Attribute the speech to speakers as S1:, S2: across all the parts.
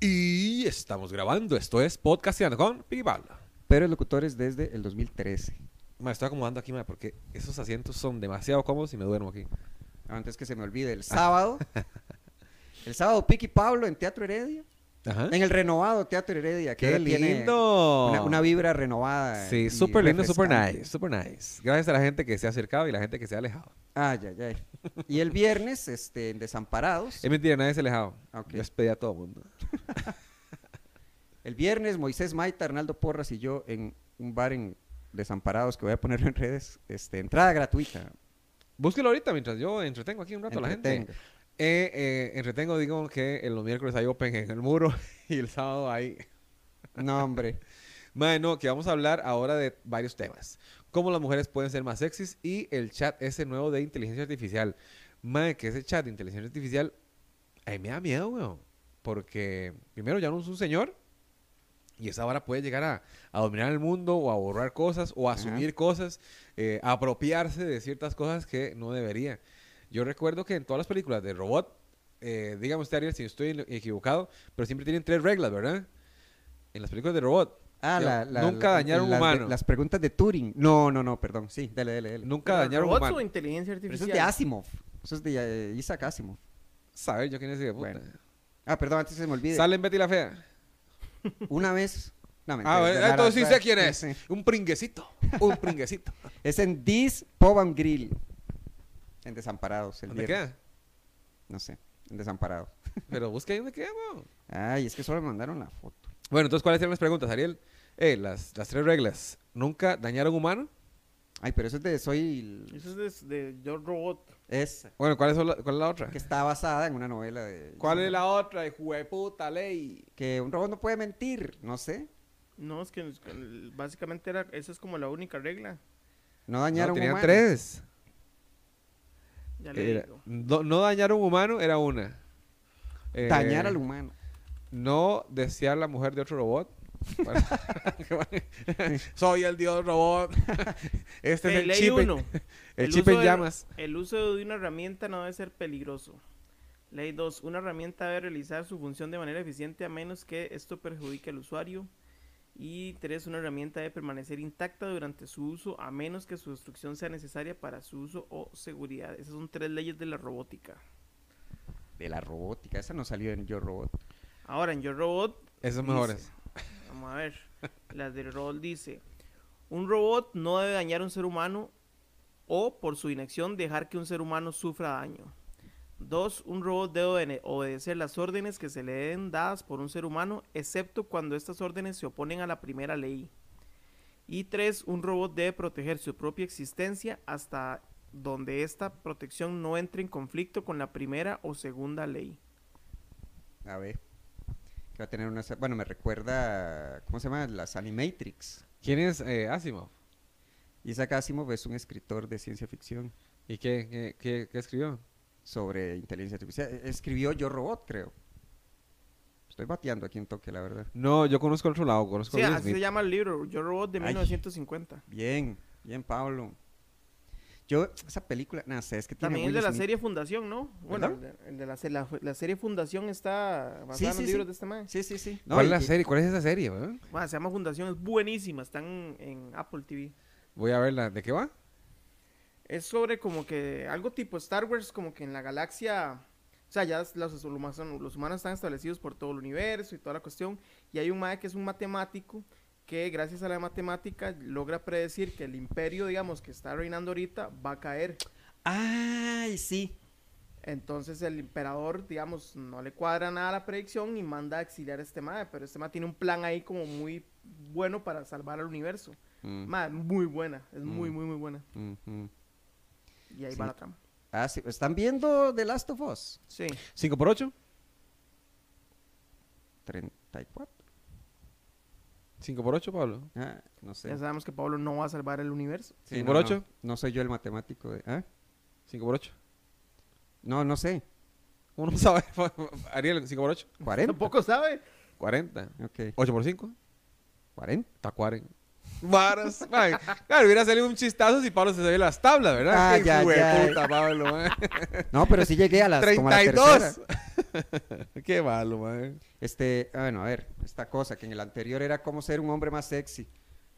S1: Y estamos grabando. Esto es Podcasteando con Pibala.
S2: Pero locutores desde el 2013.
S1: Me estoy acomodando aquí, ma, porque esos asientos son demasiado cómodos y me duermo aquí.
S2: Antes que se me olvide,
S1: Ah.
S2: el sábado. el sábado, Piqui Pablo en Teatro Heredia.
S1: Ajá.
S2: En el renovado Teatro Heredia. Que
S1: ¿Ah? ¡Qué
S2: ahora tiene
S1: lindo!
S2: Una, una vibra renovada.
S1: Sí,
S2: y
S1: súper lindo, súper
S2: refrescante.
S1: nice, súper nice. Gracias a la gente que se ha acercado y la gente que se ha alejado.
S2: Ay, ay, ay. Ah, Y el viernes, este, en Desamparados.
S1: Es mentira, nadie se ha alejado.
S2: Ah, ok.
S1: Yo despedí a todo el mundo.
S2: El viernes, Moisés Maita, Arnaldo Porras y yo en un bar en Desamparados que voy a poner en redes. Este, entrada gratuita.
S1: Búsquelo ahorita mientras yo entretengo aquí un rato a la gente.
S2: Entretenga.
S1: Eh, eh, entretengo, digo que en los miércoles hay Open en el muro y el sábado hay
S2: No, hombre.
S1: Bueno, que vamos a hablar ahora de varios temas. Cómo las mujeres pueden ser más sexys y el chat ese nuevo de inteligencia artificial. Madre, que ese chat de inteligencia artificial, ahí me da miedo, weón. Porque primero ya no es un señor y esa hora puede llegar a, a dominar el mundo o a borrar cosas o a
S2: Ajá.
S1: asumir cosas, eh, a apropiarse de ciertas cosas que no debería. Yo recuerdo que en todas las películas de robot, eh, dígame usted, Ariel, si estoy en- equivocado, pero siempre tienen tres reglas, ¿verdad? En las películas de robot.
S2: Ah,
S1: Yo,
S2: la, la-
S1: nunca
S2: la-
S1: dañar a un
S2: las de-
S1: humano.
S2: Las preguntas de Turing. No, no, no, perdón. Sí, dale, dale, dale.
S1: Nunca
S3: ¿Pero
S1: dañar a un
S3: robots
S1: humano.
S3: o inteligencia
S2: Pero
S3: artificial?
S2: eso es de Asimov. Eso es de eh, Isaac Asimov.
S1: Saber yo quién es ese puta.
S2: Bueno. Ah, perdón, antes se me olvide.
S1: Salen Betty la Fea.
S2: Una vez. No, mentira,
S1: Ah, bueno,
S2: ya,
S1: entonces
S2: ya,
S1: sí sé
S2: ya,
S1: quién
S2: sí,
S1: es.
S2: sí.
S1: Un pringuecito. Un pringuecito.
S2: Es en This Pub and Grill. En Desamparados. El
S1: ¿Dónde
S2: viernes.
S1: queda?
S2: No sé. En Desamparados.
S1: Pero busca ahí dónde queda, weón.
S2: Ay, es que solo me mandaron la foto.
S1: Bueno, entonces, ¿cuáles eran las preguntas, Ariel? Eh, las, las tres reglas. Nunca dañar a un humano.
S2: Ay, pero eso es de Soy. el-
S3: Eso es de, de Yo Robot.
S2: Esa.
S1: Bueno, ¿cuál es la, cuál es la otra?
S2: Que está basada en una novela de.
S1: ¿Cuál es la otra, hijo de puta ley?
S2: Que un robot no puede mentir. No sé.
S3: No, es que es que el- básicamente era, esa es como la única regla.
S2: No dañar
S1: No,
S2: a un
S1: tenían
S2: humano.
S1: tres.
S3: Ya le
S1: Era-
S3: digo.
S1: no, no dañar a un humano era una. Eh,
S2: Dañar al humano.
S1: No desear la mujer de otro robot. Soy el dios robot. Este
S3: Eh,
S1: es el
S3: ley
S1: chip. en-
S3: uno,
S1: El chip
S3: uso
S1: en
S3: de-
S1: llamas.
S3: El uso de una herramienta no debe ser peligroso. Ley 2. Una herramienta debe realizar su función de manera eficiente a menos que esto perjudique al usuario. Y 3. Una herramienta debe permanecer intacta durante su uso a menos que su destrucción sea necesaria para su uso o seguridad. Esas son tres leyes de la robótica.
S2: De la robótica. Esa no salió en Yo Robot.
S3: Ahora, en Yo Robot
S1: Esas
S3: Dice,
S1: mejores.
S3: Vamos a ver. La del rol dice: Un robot no debe dañar a un ser humano o, por su inacción, dejar que un ser humano sufra daño. Dos, un robot debe obede- obedecer las órdenes que se le den dadas por un ser humano, excepto cuando estas órdenes se oponen a la primera ley. Y tres, un robot debe proteger su propia existencia hasta donde esta protección no entre en conflicto con la primera o segunda ley.
S2: A ver. Que va a tener una. se- Bueno, me recuerda. ¿Cómo se llama? Las Animatrix.
S1: ¿Quién es eh, Asimov?
S2: Isaac Asimov es un escritor de ciencia ficción
S1: ¿Y qué, qué, qué- qué escribió?
S2: sobre inteligencia artificial. E- Escribió Yo Robot, creo. Estoy bateando aquí en toque, la verdad.
S1: No, yo conozco el otro lado. Conozco
S3: Sí,
S1: a Will
S3: así se
S1: Smith.
S3: llama el libro, Yo Robot de
S2: Ay.
S3: 1950.
S2: Bien, bien, Pablo. Yo, esa película, no sé, es que tiene
S3: También el
S2: Will
S3: de la
S2: Smith.
S3: serie Fundación, ¿no? Bueno, el
S2: ¿Verdad?
S3: de, el de la, se- la- la serie Fundación está basada
S2: Sí,
S3: en
S2: sí, sí.
S3: los libros de este man.
S2: Sí, sí, sí.
S1: ¿Cuál
S2: y-
S1: es la
S2: y-
S1: serie? ¿Cuál es esa serie? weón?
S3: Bueno, se llama Fundación, es buenísima, están en Apple TV.
S1: Voy a verla. ¿De qué va?
S3: Es sobre como que algo tipo Star Wars, como que en la galaxia, o sea, ya los, los humanos, son- los humanos están establecidos por todo el universo y toda la cuestión, y hay un mae que es un matemático que gracias a la matemática logra predecir que el imperio, digamos, que está reinando ahorita va a caer.
S2: Ay, sí.
S3: Entonces el emperador, digamos, no le cuadra nada la predicción y manda a exiliar a este mae, pero este mae tiene un plan ahí como muy bueno para salvar al universo.
S2: Mm,
S3: Mae, muy buena, es muy,
S2: Mm.
S3: muy, muy buena.
S2: mm, mm.
S3: Y ahí
S2: Sí.
S3: va la trama.
S2: Ah, sí, ¿Están viendo The Last of Us?
S3: Sí.
S1: ¿5 por 8?
S2: 34.
S1: 5 por 8, Pablo.
S2: Ah, no sé.
S3: ya sabemos que Pablo no va a salvar el universo.
S2: Sí,
S1: ¿Cinco
S2: no,
S1: por
S2: no.
S1: ocho?
S2: No, soy yo el matemático de... ¿ah?
S1: 5 por 8.
S2: No, no sé.
S1: ¿Cómo no sabe? Ariel, 5 por 8.
S2: 40.
S3: Tampoco sabe.
S1: 40.
S2: Ok.
S1: 8 por 5.
S2: 40.
S1: Está 40. Varas. mae. Claro, hubiera salido un chistazo si Pablo se sabía las tablas, ¿verdad?
S2: Ah,
S1: Qué
S2: ya, ya.
S1: puta, Pablo, ¿eh? mae.
S2: No, pero sí llegué a las como a la tercera.
S1: 32. Qué malo, ¿eh? mae.
S2: Este, ah, bueno, a ver, esta cosa que en el anterior era cómo ser un hombre más sexy.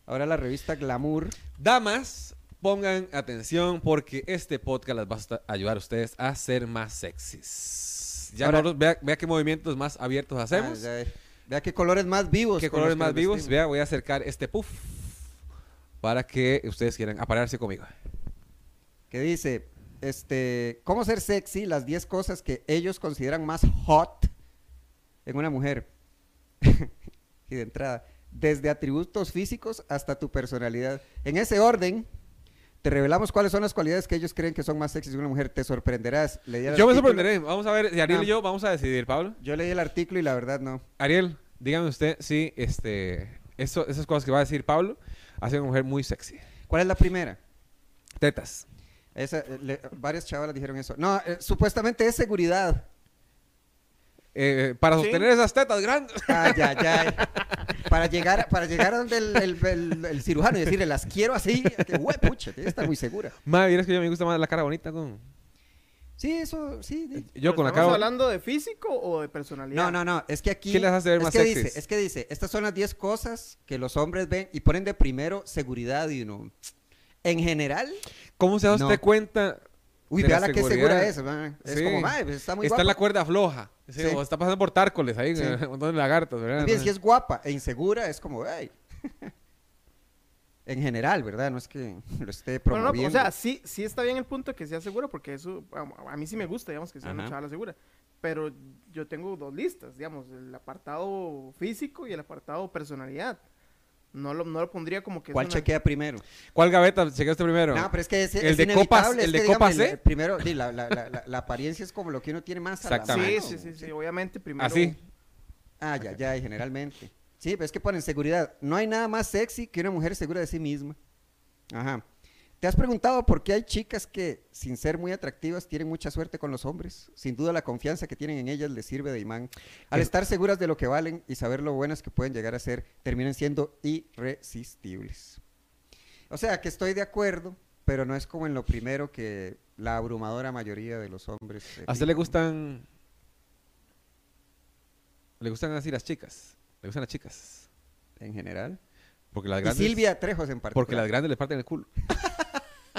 S2: Ahora la revista Glamour.
S1: Damas, pongan atención porque este podcast las va a esta- ayudar a ustedes a ser más sexys. Ya
S2: Ahora-
S1: nosotros- vea, vea qué movimientos más abiertos hacemos.
S2: Ah, ya, Vea qué colores más vivos.
S1: qué
S2: con los
S1: colores
S2: que
S1: más
S2: nos
S1: vivos.
S2: vestimos.
S1: Vea, voy a acercar este puff para que ustedes quieran aparearse conmigo.
S2: Que dice, este, cómo ser sexy, las 10 cosas que ellos consideran más hot en una mujer. y de entrada, desde atributos físicos hasta tu personalidad. En ese orden, te revelamos cuáles son las cualidades que ellos creen que son más sexys en una mujer. Te sorprenderás. Leí el
S1: Yo me
S2: artículo-
S1: sorprenderé. Vamos a ver, si Ariel
S2: Ah.
S1: y yo vamos a decidir, Pablo.
S2: Yo leí el artículo y la verdad no.
S1: Ariel, dígame usted si este, eso- esas cosas que va a decir Pablo hacen a una mujer muy sexy.
S2: ¿Cuál es la primera?
S1: Tetas.
S2: Esa, eh, le- varias chavalas dijeron eso. No, eh, supuestamente es seguridad.
S1: Eh, para
S3: Sí.
S1: sostener esas tetas grandes.
S2: Ay, ay, ay. Ah, Para llegar, para llegar a donde el, el- el- el cirujano y decirle, las quiero así, que "Hue, pucha, tienes que estar muy segura.
S1: Madre, es que yo me gusta más la cara bonita con...
S2: Sí, eso, sí. di-
S1: Yo
S3: Pero
S1: con la
S3: Pues ¿Estamos
S1: cara...
S3: hablando de físico o de personalidad?
S2: No, no, no, es que aquí...
S1: ¿Qué les hace ver
S2: es
S1: más
S2: que
S1: sexys?
S2: dice, Es que dice, estas son las 10 cosas que los hombres ven y ponen de primero seguridad y uno... En general,
S1: ¿Cómo se da
S2: No.
S1: usted cuenta?
S2: uy,
S1: de
S2: vea la que
S1: seguridad?
S2: segura es, man. es
S1: Sí.
S2: como, "Mae, pues está muy
S1: Está en la
S2: guapa.
S1: cuerda floja. Sí,
S2: Sí.
S1: O está pasando por tárcoles ahí,
S2: Sí.
S1: un montón de lagartos, ¿verdad?
S2: Más bien, si es guapa e insegura, es como, ay. en general, ¿verdad? No es que lo esté
S3: Bueno, no,
S2: promoviendo.
S3: o sea, sí, sí está bien el punto que sea segura, porque eso a, a mí sí me gusta, digamos, que sea una
S2: Ajá.
S3: chavala segura. Pero yo tengo dos listas, digamos, el apartado físico y el apartado personalidad. No lo, no lo pondría como que es
S2: ¿Cuál
S3: una-
S2: chequea primero?
S1: ¿Cuál gaveta chequeaste primero?
S2: No, pero es que ese-
S1: el
S2: es
S1: de copas-
S2: inevitable, es
S1: el
S2: que,
S1: de
S2: digamos,
S1: copas,
S2: el-
S1: ¿eh?
S2: el primero, di, la, la- la- la- la apariencia es como lo que uno tiene más a la
S1: Exactamente.
S3: Sí,
S2: mano.
S3: sí, sí, sí, obviamente primero.
S1: Así.
S2: Ah, ya, ya, y generalmente. Sí, pero es que ponen seguridad. No hay nada más sexy que una mujer segura de sí misma. Ajá. ¿Te has preguntado por qué hay chicas que, sin ser muy atractivas, tienen mucha suerte con los hombres? Sin duda la confianza que tienen en ellas les sirve de imán. Al
S1: Es-
S2: estar seguras de lo que valen y saber lo buenas que pueden llegar a ser, terminan siendo irresistibles. O sea, que estoy de acuerdo, pero no es como en lo primero que la abrumadora mayoría de los hombres... eh,
S1: ¿A usted le
S2: fijan.
S1: gustan... Le gustan así las chicas. Le gustan las chicas.
S2: En general.
S1: Porque las
S2: Y
S1: grandes...
S2: Silvia Trejos en particular.
S1: Porque las grandes le parten el culo.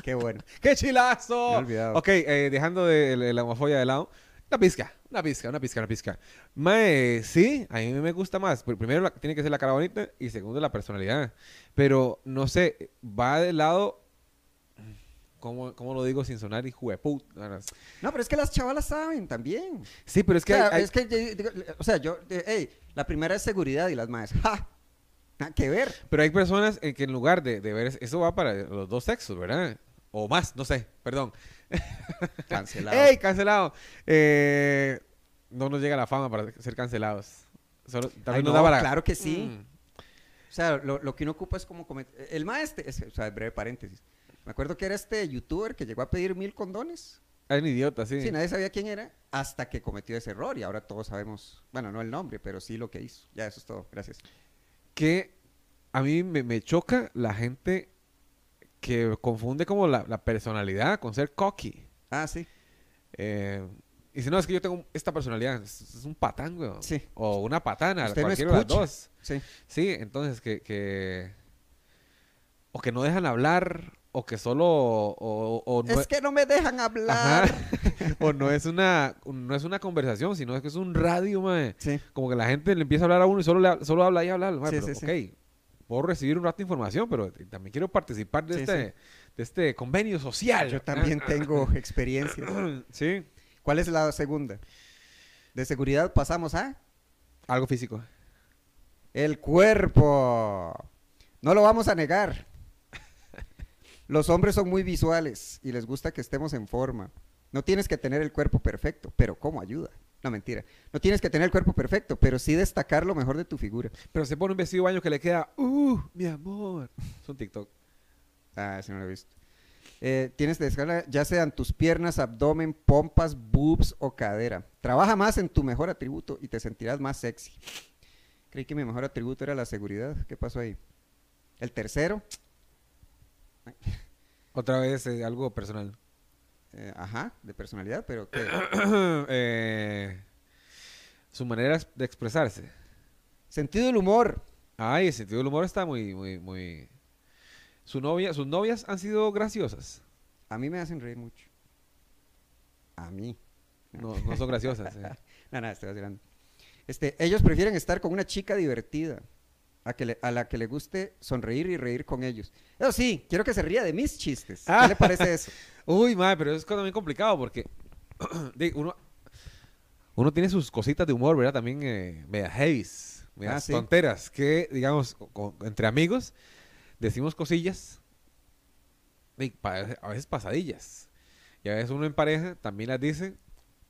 S2: Qué bueno.
S1: ¡Qué
S2: Me he
S1: chilazo!
S2: olvidado.
S1: Ok, eh, dejando de, el- la homofobia de lado, una pizca, una pizca, una pizca, una pizca. Mae, sí, a mí me gusta más. Pr- Primero la- tiene que ser la cara bonita y segundo la personalidad. Pero no sé, va del lado. ¿Cómo, cómo lo digo sin sonar y puta?
S2: No, pero es que las chavalas saben también.
S1: Sí, pero es
S2: Es
S1: que.
S2: que,
S1: hay-
S2: es que yo- digo, o sea, yo, eh, hey, la primera es seguridad y las más, ja, nada que ver.
S1: Pero hay personas en que en lugar de, de ver. es- Eso va para los dos sexos, ¿verdad? O más, no sé, perdón.
S2: Cancelado.
S1: ¡Ey, cancelado! Eh, no nos llega la fama para ser cancelados. Solo, tal
S2: Ay,
S1: vez nos
S2: no,
S1: da para-
S2: claro que sí.
S1: Mm.
S2: O sea, lo, lo que uno ocupa es como comet- El maestro, o sea, breve paréntesis. Me acuerdo que era este youtuber que llegó a pedir mil condones.
S1: Es un idiota, sí.
S2: Sí. nadie sabía quién era hasta que cometió ese error y ahora todos sabemos, bueno, no el nombre, pero sí lo que hizo. Ya, eso es todo. Gracias.
S1: Que a mí me, me choca la gente que confunde como la, la personalidad con ser cocky.
S2: Ah, sí.
S1: Eh, y dice, no, es que yo tengo esta personalidad. Es, es un patán, weón.
S2: Sí.
S1: O una patana,
S2: Usted no
S1: cualquiera de las
S2: escucha.
S1: dos.
S2: Sí.
S1: Sí, entonces que, que- O que no dejan hablar, o que solo... O, o no
S2: Es que no me dejan hablar.
S1: Pues Ajá. o no es una no es una conversación, sino es que es un radio, mae.
S2: Sí.
S1: Como que la gente le empieza a hablar a uno y solo, le ha- solo habla y habla. mae,
S2: Sí,
S1: pero,
S2: sí,
S1: ok, puedo recibir un rato de información, pero t- también quiero participar de,
S2: Sí,
S1: este, de este convenio social. Ah.
S2: Yo también tengo experiencia.
S1: sí,
S2: ¿Cuál es la segunda? De seguridad pasamos a
S1: algo físico.
S2: el cuerpo. No lo vamos a negar. Los hombres son muy visuales y les gusta que estemos en forma. No tienes que tener el cuerpo perfecto, pero ¿cómo ayuda? No, mentira. No tienes que tener el cuerpo perfecto, pero sí destacar lo mejor de tu figura.
S1: Pero se pone un vestido de baño que le queda, ¡uh, mi amor! Es un TikTok.
S2: Ah, ese no lo he visto. Eh, tienes que destacar ya sean tus piernas, abdomen, pompas, boobs o cadera. Trabaja más en tu mejor atributo y te sentirás más sexy. Creí que mi mejor atributo era la seguridad. ¿Qué pasó ahí? El tercero,
S1: Otra vez eh, algo personal.
S2: eh, ajá, de personalidad, pero que
S1: Eh, su manera ex- de expresarse.
S2: sentido del humor.
S1: Ay, el sentido del humor está muy, muy, muy. Su novia, sus novias han sido graciosas.
S2: A mí me hacen reír mucho. A mí.
S1: No, no son graciosas. eh.
S2: No, nada, estoy vacilando. Este, ellos prefieren estar con una chica divertida, a, que le- a la que le guste sonreír y reír con ellos. Eso sí, quiero que se ría de mis chistes. ¿Qué
S1: Ah.
S2: le parece eso?
S1: Uy, madre, pero es también complicado porque di, uno, uno tiene sus cositas de humor, ¿verdad? También eh, medias heavies, medias
S2: Ah, sí.
S1: tonteras, que digamos, co- co- entre amigos decimos cosillas, di, pa- a veces pasadillas, y a veces uno en pareja también las dice,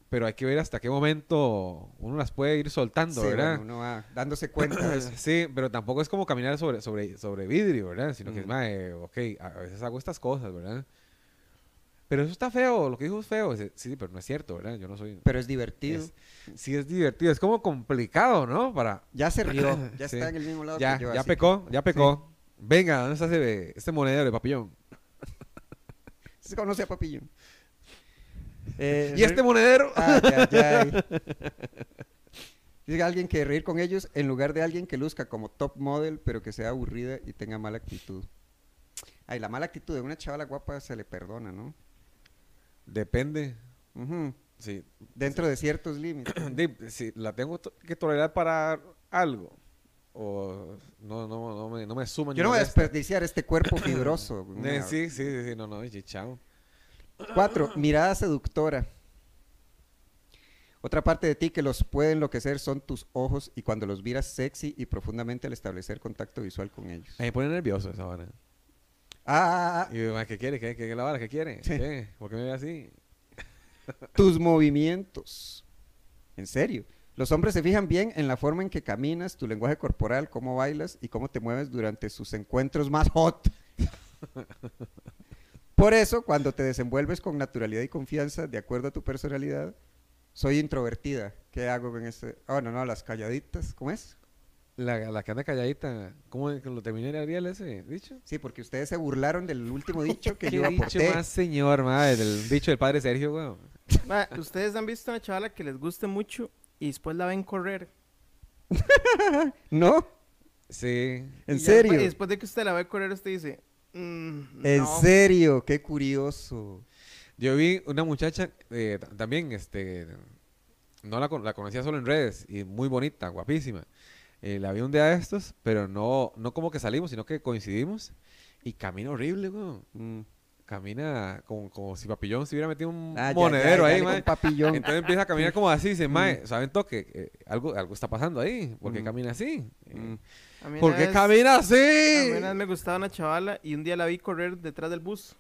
S1: pero hay que ver hasta qué momento uno las puede ir soltando,
S2: Sí,
S1: ¿verdad?
S2: bueno, uno va dándose cuenta de eso.
S1: Pues, Sí, pero tampoco es como caminar sobre, sobre, sobre vidrio, ¿verdad? Sino que es
S2: Ujú.
S1: más, ok, a a veces hago estas cosas, ¿verdad? Pero eso está feo, lo que dijo es feo. Dice, Sí, pero no es cierto, ¿verdad? Yo no soy...
S2: Pero es divertido.
S1: Es- sí es divertido, es como complicado, ¿no? Para...
S2: Ya se rió, ya
S1: Sí.
S2: está en el mismo lado
S1: Ya,
S2: que yo.
S1: ya
S2: así
S1: pecó, ya pecó. Venga, ¿dónde está ese- este monedero de papillón?
S2: que- Se conoce a Papillo. Eh,
S1: ¿Y este monedero?
S2: Ah, ya, ya. Dice alguien que reír con ellos en lugar de alguien que luzca como top model, pero que sea aburrida y tenga mala actitud. Ay, la mala actitud de una chavala guapa se le perdona, ¿no?
S1: Depende,
S2: Ujú.
S1: sí.
S2: Dentro de ciertos límites.
S1: Di- si la tengo to- que tolerar para algo, o no, no, no, me, no me suman
S2: Yo
S1: ni
S2: no voy a
S1: molestan.
S2: desperdiciar este cuerpo fibroso. güey.
S1: Eh,
S2: Una-
S1: sí, sí, sí, sí, no, no, y chao.
S2: Cuatro, mirada seductora. Otra parte de ti que los puede enloquecer son tus ojos y cuando los miras sexy y profundamente al establecer contacto visual con ellos.
S1: Ay, Me pone nervioso esa hora.
S2: Ah,
S1: Y yo, "Ma, ¿qué quiere? ¿Qué, qué, qué la vara? ¿Qué quiere?
S2: Sí.
S1: ¿Qué? ¿Por qué me ve así?
S2: tus movimientos. En serio. Los hombres se fijan bien en la forma en que caminas, tu lenguaje corporal, cómo bailas y cómo te mueves durante sus encuentros más hot. Por eso, cuando te desenvuelves con naturalidad y confianza, de acuerdo a tu personalidad, soy introvertida. ¿Qué hago con este? Oh, no, no, las calladitas. ¿Cómo es?
S1: La, la que anda calladita. ¿Cómo es que lo terminé de Ariel ese dicho?
S2: Sí, porque ustedes se burlaron del último dicho que
S1: ¿Qué
S2: yo
S1: dicho
S2: aporté.
S1: más, señor, madre? Del dicho del padre Sergio, weón.
S3: Ma, Ustedes han visto una chavala que les guste mucho y después la ven correr.
S2: ¿No?
S1: Sí.
S2: ¿En
S3: Y ya después-
S2: serio?
S3: y después de que usted la ve correr, usted dice, "Mm,
S2: ¿En
S3: no".
S2: serio? Qué curioso.
S1: Yo vi una muchacha eh, ta- también, este, no la, con- la conocía solo en redes y muy bonita, guapísima. Eh, la vi un día de estos, pero no, no como que salimos, sino que coincidimos y camina horrible, weón.
S2: Mm.
S1: camina como, como si Papillón se hubiera metido un
S2: Ah, ya,
S1: monedero
S2: ya,
S1: ahí,
S2: dale con
S1: mae.
S2: papillón.
S1: Entonces empieza a caminar como así, dice, mae, ¿saben toque? Eh, algo, algo está pasando ahí, porque
S2: Mm.
S1: camina así. Eh,
S2: Mm.
S3: A mí
S1: ¿Por
S3: una
S1: qué
S3: vez-
S1: camina
S3: a mí
S1: así?
S3: una vez me gustaba una chavala y un día la vi correr detrás del bus.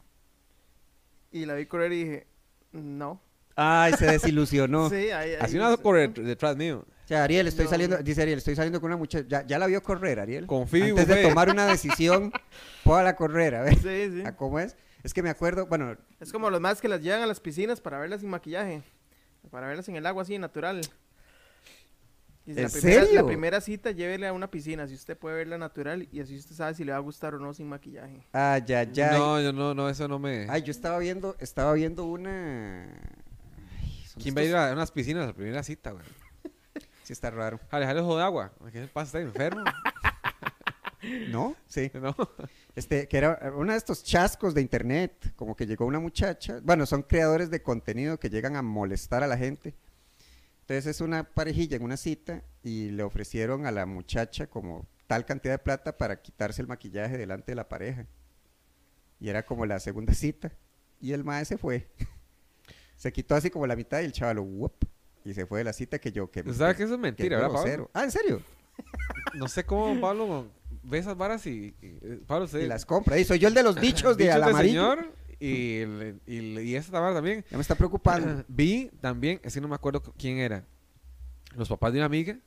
S3: Y la vi correr y dije, no.
S2: Ay, se desilusionó.
S3: Sí, ahí- ahí
S1: Así una
S3: dice,
S1: corre detrás mío.
S2: O sea, Ariel, estoy
S3: No.
S2: saliendo, dice Ariel, estoy saliendo con una muchacha. Ya, ya la vio correr, Ariel.
S1: Confío,
S2: Antes de
S1: güey.
S2: tomar una decisión, póngala a correr, a ver.
S3: Sí, sí.
S2: ¿A cómo es? Es que me acuerdo, bueno,
S3: Es como los más que las llevan a las piscinas para verlas sin maquillaje. Para verlas en el agua así, natural. Y
S2: ¿En
S3: la primera,
S2: serio?
S3: La primera cita, llévele a una piscina. Si usted puede verla natural y así usted sabe si le va a gustar o no sin maquillaje.
S2: ay, ya, ya.
S1: No, eh. yo no, no, eso no me...
S2: Ay, yo estaba viendo, estaba viendo una. Ay, son
S1: ¿Quién va a ir
S2: estos-
S1: a unas piscinas a la primera cita, güey?
S2: Sí, está raro.
S1: Jale, jale ojo de agua. ¿Qué pasa? ¿Estás enfermo?
S2: ¿No? Sí.
S1: ¿No?
S2: Este, que era uno de estos chascos de internet, como que llegó una muchacha, bueno, son creadores de contenido que llegan a molestar a la gente. Entonces es una parejilla en una cita y le ofrecieron a la muchacha como tal cantidad de plata para quitarse el maquillaje delante de la pareja. Y era como la segunda cita y el mae se fue. se quitó así como la mitad y el chaval "Uop", y se fue de la cita que yo que
S1: ¿Sabes que eso es mentira, verdad, Pablo?
S2: grosero. Ah, ¿en serio?
S1: No sé cómo Pablo ve esas varas y... y- eh, Pablo, se...
S2: Y las compra. Y soy yo el de los dichos de
S1: dichos
S2: al
S1: del
S2: amarillo.
S1: señor y, el- y, el- y esta vara también.
S2: Ya me está preocupando.
S1: Vi también, es que no me acuerdo cu- quién era, los papás de una amiga,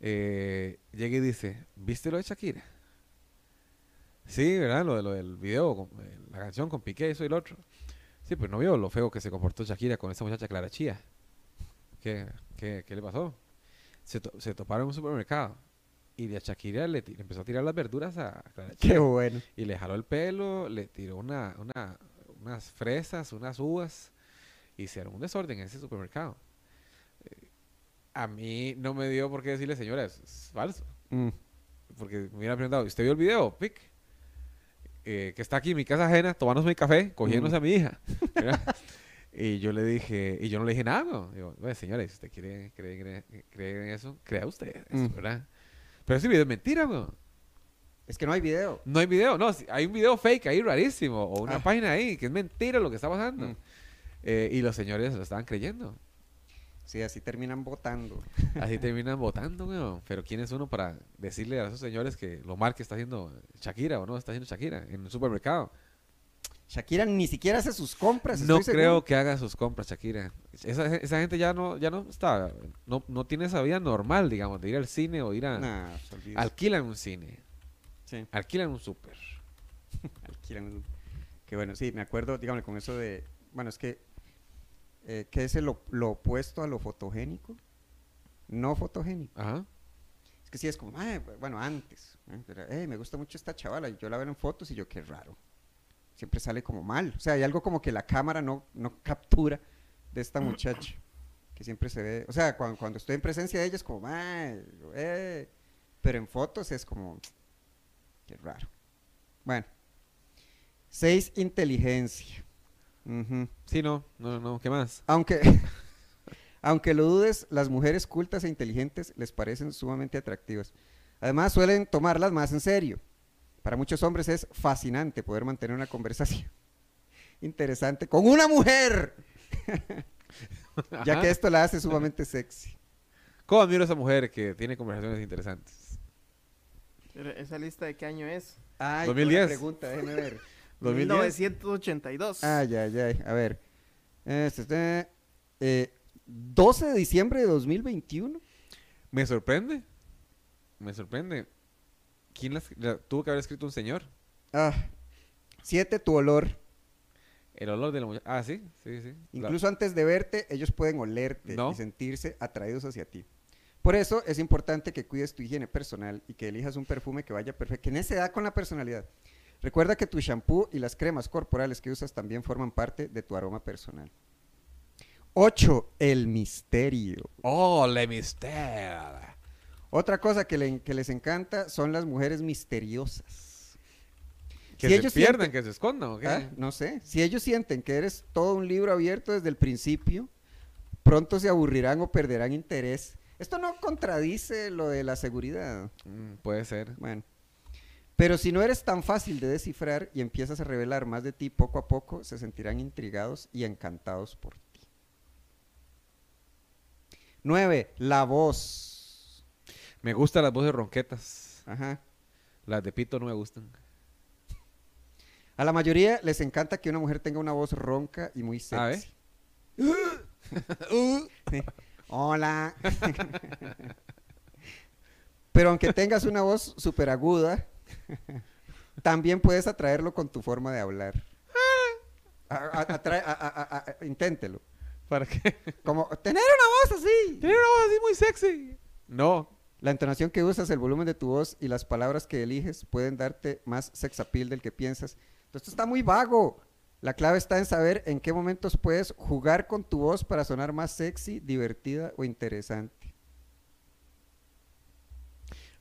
S1: eh, llega y dice, ¿viste lo de Shakira? Sí, ¿verdad? Lo, de- lo del video, con- eh, la canción con Piqué, eso y lo otro. Sí, pero no vio lo feo que se comportó Shakira con esa muchacha Clara Chía. ¿Qué, qué, qué le pasó? Se, to- se toparon en un supermercado. Y de a Shakira le, ti- le empezó a tirar las verduras a Clara
S2: Qué
S1: Chía.
S2: bueno.
S1: Y le jaló el pelo, le tiró una, una- unas fresas, unas uvas. Hicieron un desorden en ese supermercado. Eh, A mí no me dio por qué decirle, señora, es, es falso.
S2: Mm.
S1: Porque me hubiera preguntado, ¿usted vio el video, Pic? Eh, que está aquí en mi casa ajena, tomándose mi café, cogiéndose a mi hija. ¿verdad? y yo le dije, y yo no le dije nada, weón. Digo, bueno, señora, si usted quiere creer, creer- creer en eso, crea usted eso,
S2: Mm.
S1: ¿verdad? Pero ese video es mentira, weón.
S2: Es que no hay video.
S1: No hay video, no, si- hay un video fake ahí rarísimo, o una
S2: Ah.
S1: página ahí, que es mentira lo que está pasando.
S2: Mm.
S1: Eh, y los señores lo estaban creyendo.
S2: Sí, así terminan votando.
S1: Así terminan votando, weón. Pero ¿quién es uno para decirle a esos señores que lo mal que está haciendo Shakira o no está haciendo Shakira en un supermercado?
S2: Shakira ni siquiera hace sus compras.
S1: No
S2: estoy
S1: creo
S2: seguro.
S1: que haga sus compras, Shakira. Esa, esa gente ya no, ya no está, no, no tiene esa vida normal, digamos, de ir al cine o ir a...
S2: Nah, se olvida.
S1: Alquilan un cine,
S2: Sí.
S1: alquilan un súper.
S2: alquilan un- Que bueno, sí, me acuerdo, dígame, con eso de... Bueno, es que... eh, ¿Qué es lo, lo opuesto a lo fotogénico? No fotogénico.
S1: Ajá.
S2: Es que sí, es como, "Mae, bu- bueno, antes. ¿eh? Pero, "Ey, me gusta mucho esta chavala. y Yo la veo en fotos y yo, qué raro. Siempre sale como mal. O sea, hay algo como que la cámara no, no captura de esta muchacha. Que siempre se ve. O sea, cuan- cuando, estoy en presencia de ella es como, "Mae, eh". Pero en fotos es como, qué raro. Bueno. Seis, inteligencia. Ujú.
S1: Sí, no, no, no, ¿qué más?
S2: Aunque, aunque lo dudes, las mujeres cultas e inteligentes les parecen sumamente atractivas. Además, suelen tomarlas más en serio. Para muchos hombres es fascinante poder mantener una conversación interesante con una mujer, ya
S1: Ajá.
S2: que esto la hace sumamente sexy.
S1: ¿Cómo admiro a esa mujer que tiene conversaciones interesantes?
S3: Pero ¿Esa lista de qué año es?
S2: Ay,
S1: 2010.
S2: buena pregunta, déjeme ver.
S1: 2010.
S3: 1982.
S2: Ay, ay, ay, a ver. Este, este, eh, 12 de diciembre de 2021.
S1: Me sorprende. Me sorprende. ¿Quién las- la, tuvo que haber escrito un señor?
S2: Ah, 7, tu olor.
S1: El olor de la muchacha. Ah, sí, sí, sí. La-
S2: Incluso antes de verte, ellos pueden olerte
S1: No.
S2: y sentirse atraídos hacia ti. Por eso es importante que cuides tu higiene personal y que elijas un perfume que vaya perfecto, que en esa edad con la personalidad. Recuerda que tu shampoo y las cremas corporales que usas también forman parte de tu aroma personal. 8. El misterio.
S1: Oh, le mister.
S2: Otra cosa que, le- que les encanta son las mujeres misteriosas.
S1: Que
S2: Si
S1: se
S2: ellos
S1: pierdan,
S2: sienten-
S1: que se escondan, ¿ok?
S2: Ah, No sé. Si ellos sienten que eres todo un libro abierto desde el principio, pronto se aburrirán o perderán interés. Esto no contradice lo de la seguridad.
S1: Mm, puede ser.
S2: Bueno. Pero si no eres tan fácil de descifrar y empiezas a revelar más de ti poco a poco, se sentirán intrigados y encantados por ti. 9. La voz.
S1: Me gustan las voces ronquetas.
S2: Ajá.
S1: Las de pito no me gustan.
S2: A la mayoría les encanta que una mujer tenga una voz ronca y muy
S1: Ah, ¿eh?
S2: sexy. Sí. Hola. Pero aunque tengas una voz súper aguda, también puedes atraerlo con tu forma de hablar. A- a- atrae- a- a- a- a- a- inténtelo.
S1: ¿Para qué?
S2: Como tener una voz así.
S1: Tiene una voz así muy sexy. No.
S2: La entonación que usas, el volumen de tu voz y las palabras que eliges pueden darte más sex appeal del que piensas. Entonces esto está muy vago. La clave está en saber en qué momentos puedes jugar con tu voz para sonar más sexy, divertida o interesante.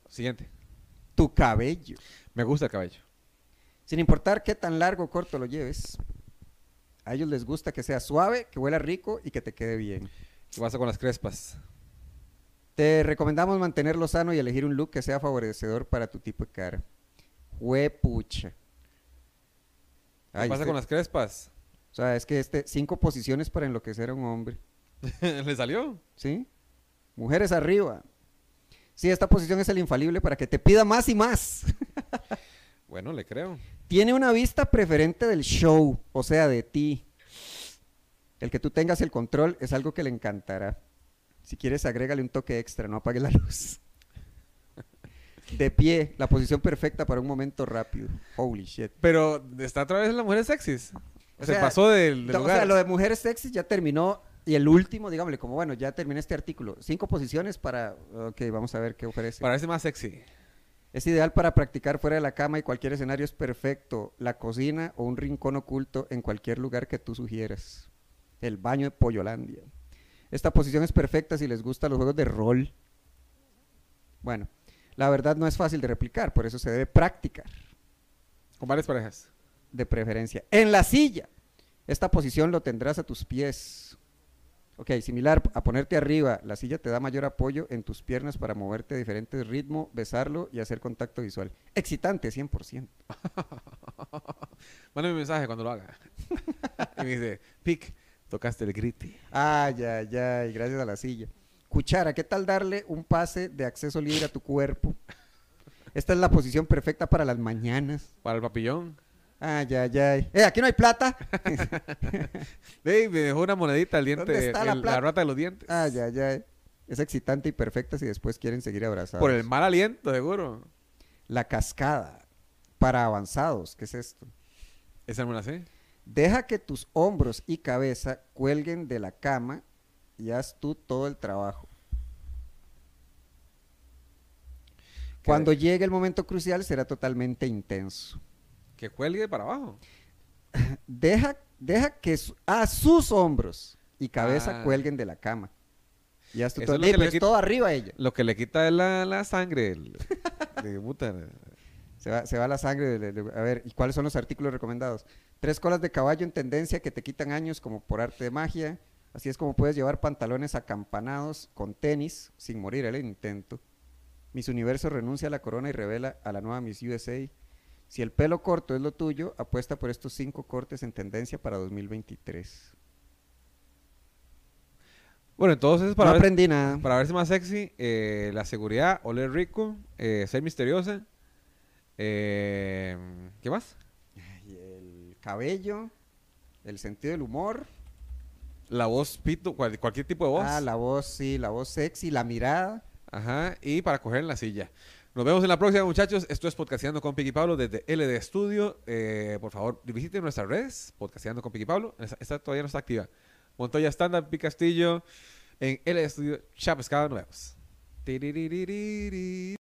S1: Siguiente.
S2: Tu cabello.
S1: Me gusta el cabello.
S2: Sin importar qué tan largo o corto lo lleves. A ellos les gusta que sea suave, que huela rico y que te quede bien.
S1: ¿Qué pasa con las crespas?
S2: Te recomendamos mantenerlo sano y elegir un look que sea favorecedor para tu tipo de cara. Huepucha.
S1: ¿Qué
S2: Ay,
S1: pasa
S2: este-
S1: con las crespas?
S2: O sea, es que este, cinco posiciones para enloquecer a un hombre.
S1: ¿Le salió?
S2: ¿Sí? Mujeres arriba. Sí, esta posición es el infalible para que te pida más y más.
S1: Bueno, le creo.
S2: Tiene una vista preferente del show, o sea, de ti. El que tú tengas el control es algo que le encantará. Si quieres, agrégale un toque extra, no apague la luz. De pie, la posición perfecta para un momento rápido. Holy shit.
S1: Pero está otra vez las mujeres sexys.
S2: O
S1: Se
S2: sea,
S1: pasó del, del
S2: O
S1: lugar.
S2: sea, lo de mujeres sexy ya terminó Y el último, digámosle, como bueno, ya terminé este artículo. Cinco posiciones para. Ok, vamos a ver qué ofrece.
S1: Parece más sexy.
S2: Es ideal para practicar fuera de la cama y cualquier escenario es perfecto. La cocina o un rincón oculto en cualquier lugar que tú sugieras. El baño de Pollolandia. Esta posición es perfecta si les gustan los juegos de rol. Bueno, la verdad no es fácil de replicar, por eso se debe practicar,
S1: Con varias parejas.
S2: de preferencia. En la silla. Esta posición lo tendrás a tus pies. Ok, similar a ponerte arriba, la silla te da mayor apoyo en tus piernas para moverte a diferentes ritmos, besarlo y hacer contacto visual. Excitante, 100%.
S1: Mándame un mensaje cuando lo haga. y me dice, Pic, tocaste el griti.
S2: Ay, ay, ay, gracias a la silla. Cuchara, ¿qué tal darle un pase de acceso libre a tu cuerpo? Esta es la posición perfecta para las mañanas.
S1: Para el papillón.
S2: Ay, ay, ay. ¡Eh, aquí no hay plata!
S1: Ey, me dejó una monedita al diente.
S2: ¿Dónde está la
S1: el-
S2: plata?
S1: rata de los dientes.
S2: Ay, ay, ay. Es excitante y perfecta si después quieren seguir abrazados.
S1: Por el mal aliento, seguro.
S2: La cascada. Para avanzados, ¿qué es esto?
S1: Esa no me la sé.
S2: Deja que tus hombros y cabeza cuelguen de la cama y haz tú todo el trabajo. Cuando llegue el momento crucial será totalmente intenso.
S1: Que cuelgue para abajo.
S2: Deja, deja que su- a sus hombros y cabeza
S1: Ah.
S2: cuelguen de la cama. Y haz tú
S1: Eso
S2: todo,
S1: es lo
S2: Ey,
S1: que
S2: pero
S1: le
S2: es
S1: quita-
S2: todo arriba a ella.
S1: Lo que le quita es la, la sangre. el- de puta.
S2: Se va, se va la sangre. de- de- de- a ver, ¿y cuáles son los artículos recomendados? Tres colas de caballo en tendencia que te quitan años como por arte de magia. Así es como puedes llevar pantalones acampanados con tenis sin morir en el intento. Miss Universo renuncia a la corona y revela a la nueva Miss USA. Si el pelo corto es lo tuyo, apuesta por estos cinco cortes en tendencia para 2023.
S1: Bueno, entonces para,
S2: no
S1: ver-
S2: aprendí nada.
S1: para verse más sexy, eh, la seguridad, oler rico, eh, ser misteriosa. Eh, ¿Qué más?
S2: Ay, el cabello, el sentido del humor.
S1: La voz pito, cual- cualquier tipo de voz.
S2: Ah, la voz, sí, la voz sexy, la mirada.
S1: Ajá, y para coger en la silla. Nos vemos en la próxima, muchachos. Esto es Podcasteando con Piqui Pablo desde LD Studio. Eh, por favor, visiten nuestras redes, Podcasteando con Piqui Pablo. Esta, esta todavía no está activa. Montoya Standard, Pi Castillo, en LD Studio, Chapescada. Nos vemos. Tiriririri.